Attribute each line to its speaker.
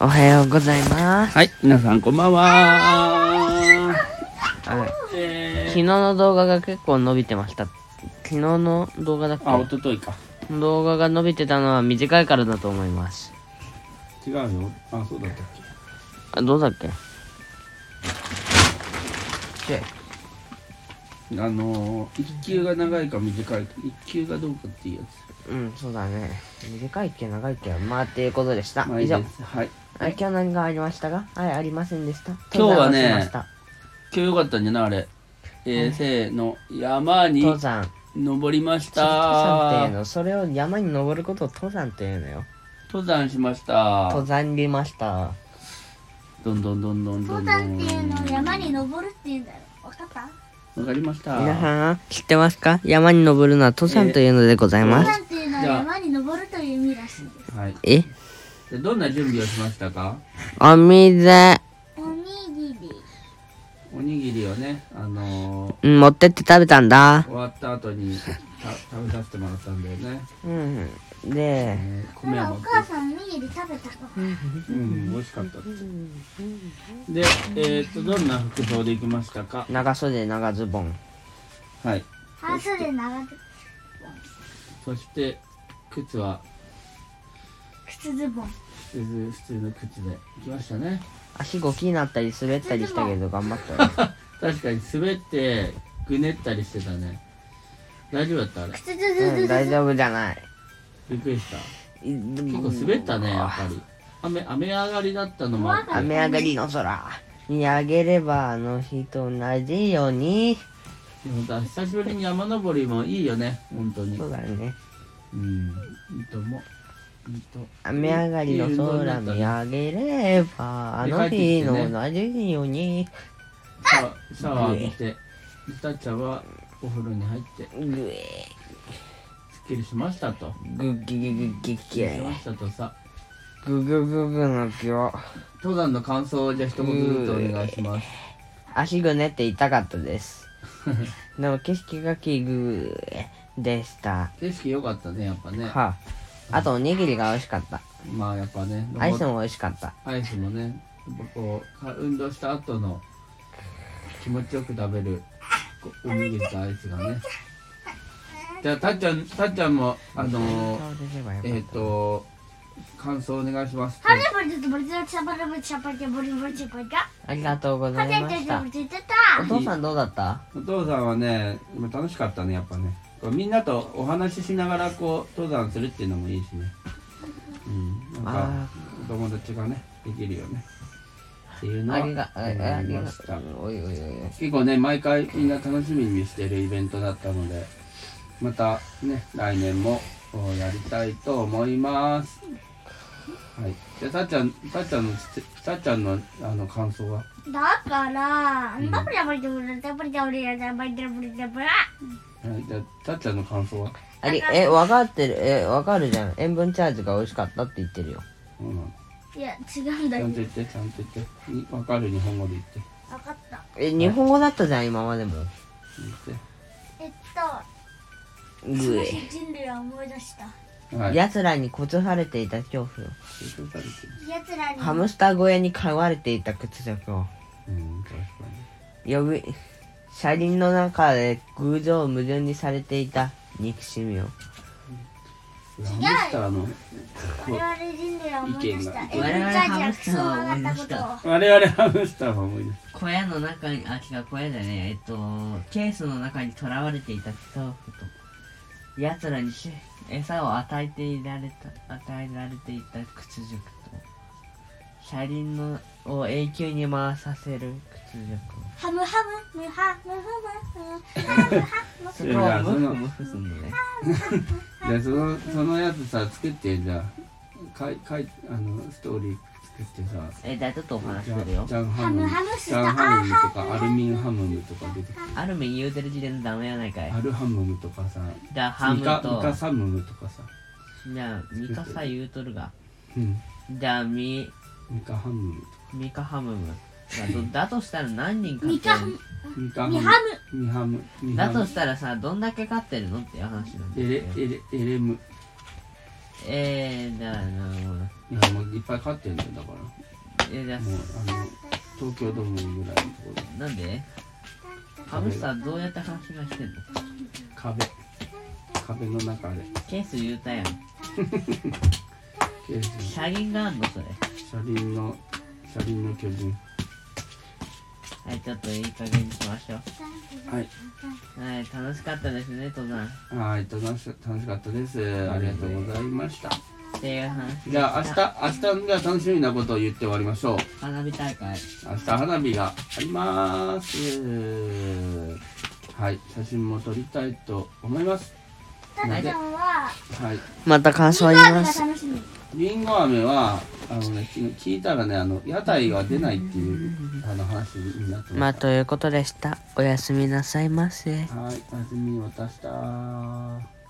Speaker 1: おはようございます。
Speaker 2: はい、皆さんこんばんは。
Speaker 1: はい
Speaker 2: え
Speaker 1: 昨日
Speaker 2: ー
Speaker 1: の動画が結構伸びてました。昨日の動画だっ
Speaker 2: あ、お
Speaker 1: け
Speaker 2: とといか。
Speaker 1: 動画が伸びてたのは短いからだと思います。
Speaker 2: 違うよ。あ、そうだったっ
Speaker 1: あ、どうだっけで
Speaker 2: け。あのー、一級が長いか短いか、一級がどうかっていうや
Speaker 1: うん、そうだね。短いっけ長いっけまあ、っていうことでした
Speaker 2: つ。ま。あい
Speaker 1: 以
Speaker 2: い
Speaker 1: 上。
Speaker 2: です。はい。
Speaker 1: あ今日何がありましたかはい、ありませんでした。
Speaker 2: 今日はね
Speaker 1: 登山をしました
Speaker 2: 今日よかったんじゃないあれ。えーせーの、山に
Speaker 1: 登山。
Speaker 2: 登りまし
Speaker 1: それ登山っていう
Speaker 2: た。
Speaker 1: の。それを山に登ることを登山っていうのよ。
Speaker 2: 登山しまし
Speaker 1: 登
Speaker 2: た。
Speaker 1: 山りました。
Speaker 2: どんどんどんどんど
Speaker 3: 登
Speaker 2: んどん。
Speaker 3: 山っていうのを山に登るっていうんだよ。わかった
Speaker 2: わかりました。
Speaker 1: 皆さん、知ってますか山に登るのは登山というのでございま
Speaker 3: 登
Speaker 1: す。
Speaker 3: 山っていうのは山に登るという意味らしいです。
Speaker 2: はい。
Speaker 1: え
Speaker 2: でどんな準備をしましたか
Speaker 1: お水、
Speaker 3: おにぎり。
Speaker 2: おにぎりをね、あのー、
Speaker 1: うん持ってって食べたんだ。
Speaker 2: 終わった後にた食べさせてもらったんだよね、
Speaker 1: うん。で、
Speaker 2: えー
Speaker 3: ほ
Speaker 2: 米
Speaker 3: ら、
Speaker 2: を
Speaker 3: お
Speaker 2: 持っ
Speaker 3: 母さんおにぎり食べたか
Speaker 2: てうん美味しかったですでえー、っとどんな服装で行きましたか
Speaker 1: 長袖、長ズボン。
Speaker 2: はい
Speaker 3: 半袖長く
Speaker 2: そして靴は
Speaker 3: 靴ズボン。
Speaker 2: 普通普通の靴で行きましたね
Speaker 1: 足ゴキになったり滑ったりしたけど頑張ったよ。
Speaker 2: 確かに滑ってぐねったりしてたね大丈夫だったあれ
Speaker 3: 靴ズズズ
Speaker 1: うん、
Speaker 3: ズ
Speaker 1: 大
Speaker 3: ズ。
Speaker 1: 丈夫じゃない。
Speaker 2: びっくりした結構
Speaker 1: 結
Speaker 2: 滑ったねやっぱり雨雨上がりだったのもあって
Speaker 1: 雨上がりの空にあげればあの日と同じように。
Speaker 2: 本当久しぶりに山登りもいいよね本当に
Speaker 1: そうだね。
Speaker 2: うんいいと思う本当
Speaker 1: 雨上がりの空見上げればあの日の同じように。
Speaker 2: シャワーシャワー浴びて、たっちゃんはお風呂に入って、
Speaker 1: ぐえ
Speaker 2: すっきりしましたと。
Speaker 1: ーぐっぎぎぎっぎっ
Speaker 2: すっき
Speaker 1: ぎ
Speaker 2: りしましたとさ。
Speaker 1: ぐぐぐぐの今日
Speaker 2: 登山の感想をじゃあ一言ずつお願いします。
Speaker 1: 足ぐねって痛かったですでも景色がきぐーでした
Speaker 2: 景色良かったね、やっぱね。
Speaker 1: はあ、あとおにぎりが美味しかった
Speaker 2: まあやっぱね、
Speaker 1: アイス
Speaker 2: も
Speaker 1: も美味しかった
Speaker 2: アイスもね、やっぱこう、か運動した後の気持ちよく食べるこうおにぎりとアイスがね。じゃあたっちゃん、たっちゃんも、あのー、えっ、と、感想お願いします。
Speaker 3: ハレブリとブリザチャバラブチャパチャブリブリチャパチャ。
Speaker 1: ありがとうござ
Speaker 3: ハ
Speaker 1: い
Speaker 3: レ
Speaker 1: ま
Speaker 3: ブリ
Speaker 1: し
Speaker 3: と
Speaker 1: た
Speaker 3: ブリザチャ
Speaker 1: お父さんどうだった
Speaker 2: お父さんはね今楽しかったねやっぱねこうみんなとお話ししながらこう登山するっていうのもいいしねうんなんか
Speaker 1: あ
Speaker 2: お友達がねできるよねっていうの
Speaker 1: あ
Speaker 2: は
Speaker 1: りがああ
Speaker 2: あり
Speaker 1: りが
Speaker 2: ました
Speaker 1: おいおいおい
Speaker 2: 結構ね毎回みんな楽しみにしてるイベントだったのでまたね来年もおやりたいと思いますはいじゃあたっちゃんたっちゃんのたっちゃんのあの感想は
Speaker 3: だから、ダブリダブリダブリダブリダブリダブリダブリダブリ。
Speaker 2: はいじゃあたっちゃんの感想は
Speaker 1: ありえ分かってるえ分かるじゃん塩分チャージが美味しかったって言ってるよ
Speaker 2: どうなの
Speaker 3: いや、違うんだ
Speaker 2: ち
Speaker 3: よ
Speaker 2: ゃん。と言って、ちゃんと言って。にわかる日本語で言って。
Speaker 3: わかった。
Speaker 1: え日本語だったじゃん今までも
Speaker 2: 言っ
Speaker 3: えっと、
Speaker 1: ぐえ
Speaker 3: 人類は思い出した。
Speaker 2: て。はい。
Speaker 1: 奴らにこつはれていた恐怖
Speaker 2: 成長されてる
Speaker 3: 奴らに。
Speaker 1: ハムスター小屋に飼われていた屈辱を
Speaker 2: うん、確か
Speaker 1: 呼ぶ車輪の中で偶像を矛盾にされていた憎しみを
Speaker 2: に。ハムスターの、
Speaker 3: 我々人類は思い出した。エ
Speaker 2: 意見
Speaker 3: ルチ
Speaker 1: が
Speaker 3: ャージはクソ曲がったことを。
Speaker 2: 我々ハムスターは思い出す。
Speaker 1: 小屋の中にあ違う小屋だねえっとケースの中にとらわれていた恐怖と奴らにし餌を与えていられた与えられていた屈辱と車輪のを永久に回させる屈辱を
Speaker 3: ハムハムムハムハムハムハムハム。
Speaker 1: そこはムフムフすんのね
Speaker 2: じゃあ、その、そのやつさ、作って、じゃあ、かい、かい、あの、ストーリー作ってさ、
Speaker 1: えじゃあちょっとお話
Speaker 2: ジ
Speaker 1: し
Speaker 2: ャ
Speaker 1: するよ
Speaker 2: ンジャンハ
Speaker 3: ハ
Speaker 2: ム
Speaker 3: ム
Speaker 2: ム、ジ
Speaker 3: ハムスタ
Speaker 2: ャ
Speaker 3: ー
Speaker 2: ンハムムとか、アルミンハムムとか出てくる。
Speaker 1: ある面言うてる時点でダメやないかい
Speaker 2: アルハムムとかさ、
Speaker 1: じゃあハ
Speaker 2: ミ
Speaker 1: ム
Speaker 2: カ、ミカ
Speaker 1: と
Speaker 2: サムムとかさ、
Speaker 1: じゃあミカさ言うとるが
Speaker 2: うん、
Speaker 1: じゃあミ
Speaker 2: ミカハムムとか、
Speaker 1: ミカハムムだとだとしたら何人か
Speaker 3: ミカハム
Speaker 2: ミカハ
Speaker 3: ミ
Speaker 2: ム
Speaker 3: ハム
Speaker 2: ム、ミハム、ミハ
Speaker 1: だと
Speaker 2: ム
Speaker 1: し、たらさどんだけ飼ってるのっていう話なん
Speaker 2: エレ
Speaker 1: です、よ
Speaker 2: エレ、エレム、
Speaker 1: えー、だからもう
Speaker 2: いやもういっぱい飼ってんだよだから
Speaker 1: えー、だ
Speaker 2: もうあの東京ドームぐらいのところ
Speaker 1: なんでハムスターどうやって話がしてんの
Speaker 2: 壁壁の中で
Speaker 1: ケース言うたやん
Speaker 2: ケース
Speaker 1: 車輪があんのそれ
Speaker 2: 車輪の車輪の巨人
Speaker 1: はいちょっといい加減にしましょ
Speaker 2: はい。
Speaker 1: うはい楽しかったですね登山っ
Speaker 2: はい、楽し楽しかったです。ありがとうございました。
Speaker 1: ていう話
Speaker 2: じゃあ明日、明日が楽しみなことを言って終わりましょう。
Speaker 1: 花火大会
Speaker 2: 明日花火があります。はい、写真も撮りたいと思います。
Speaker 3: タカちゃんは、
Speaker 2: はい、
Speaker 1: また感想
Speaker 3: カ
Speaker 1: 言い
Speaker 3: ー
Speaker 1: ま
Speaker 3: ド
Speaker 1: す
Speaker 3: が楽しみ。
Speaker 2: りんご飴は、あのね、き聞いたらね、あの屋台が出ないっていう、あの話になって
Speaker 1: ま
Speaker 2: ま
Speaker 1: あ
Speaker 2: し
Speaker 1: ということでしたおやすみなさいませ
Speaker 2: た。はい、おやすみ、また明日。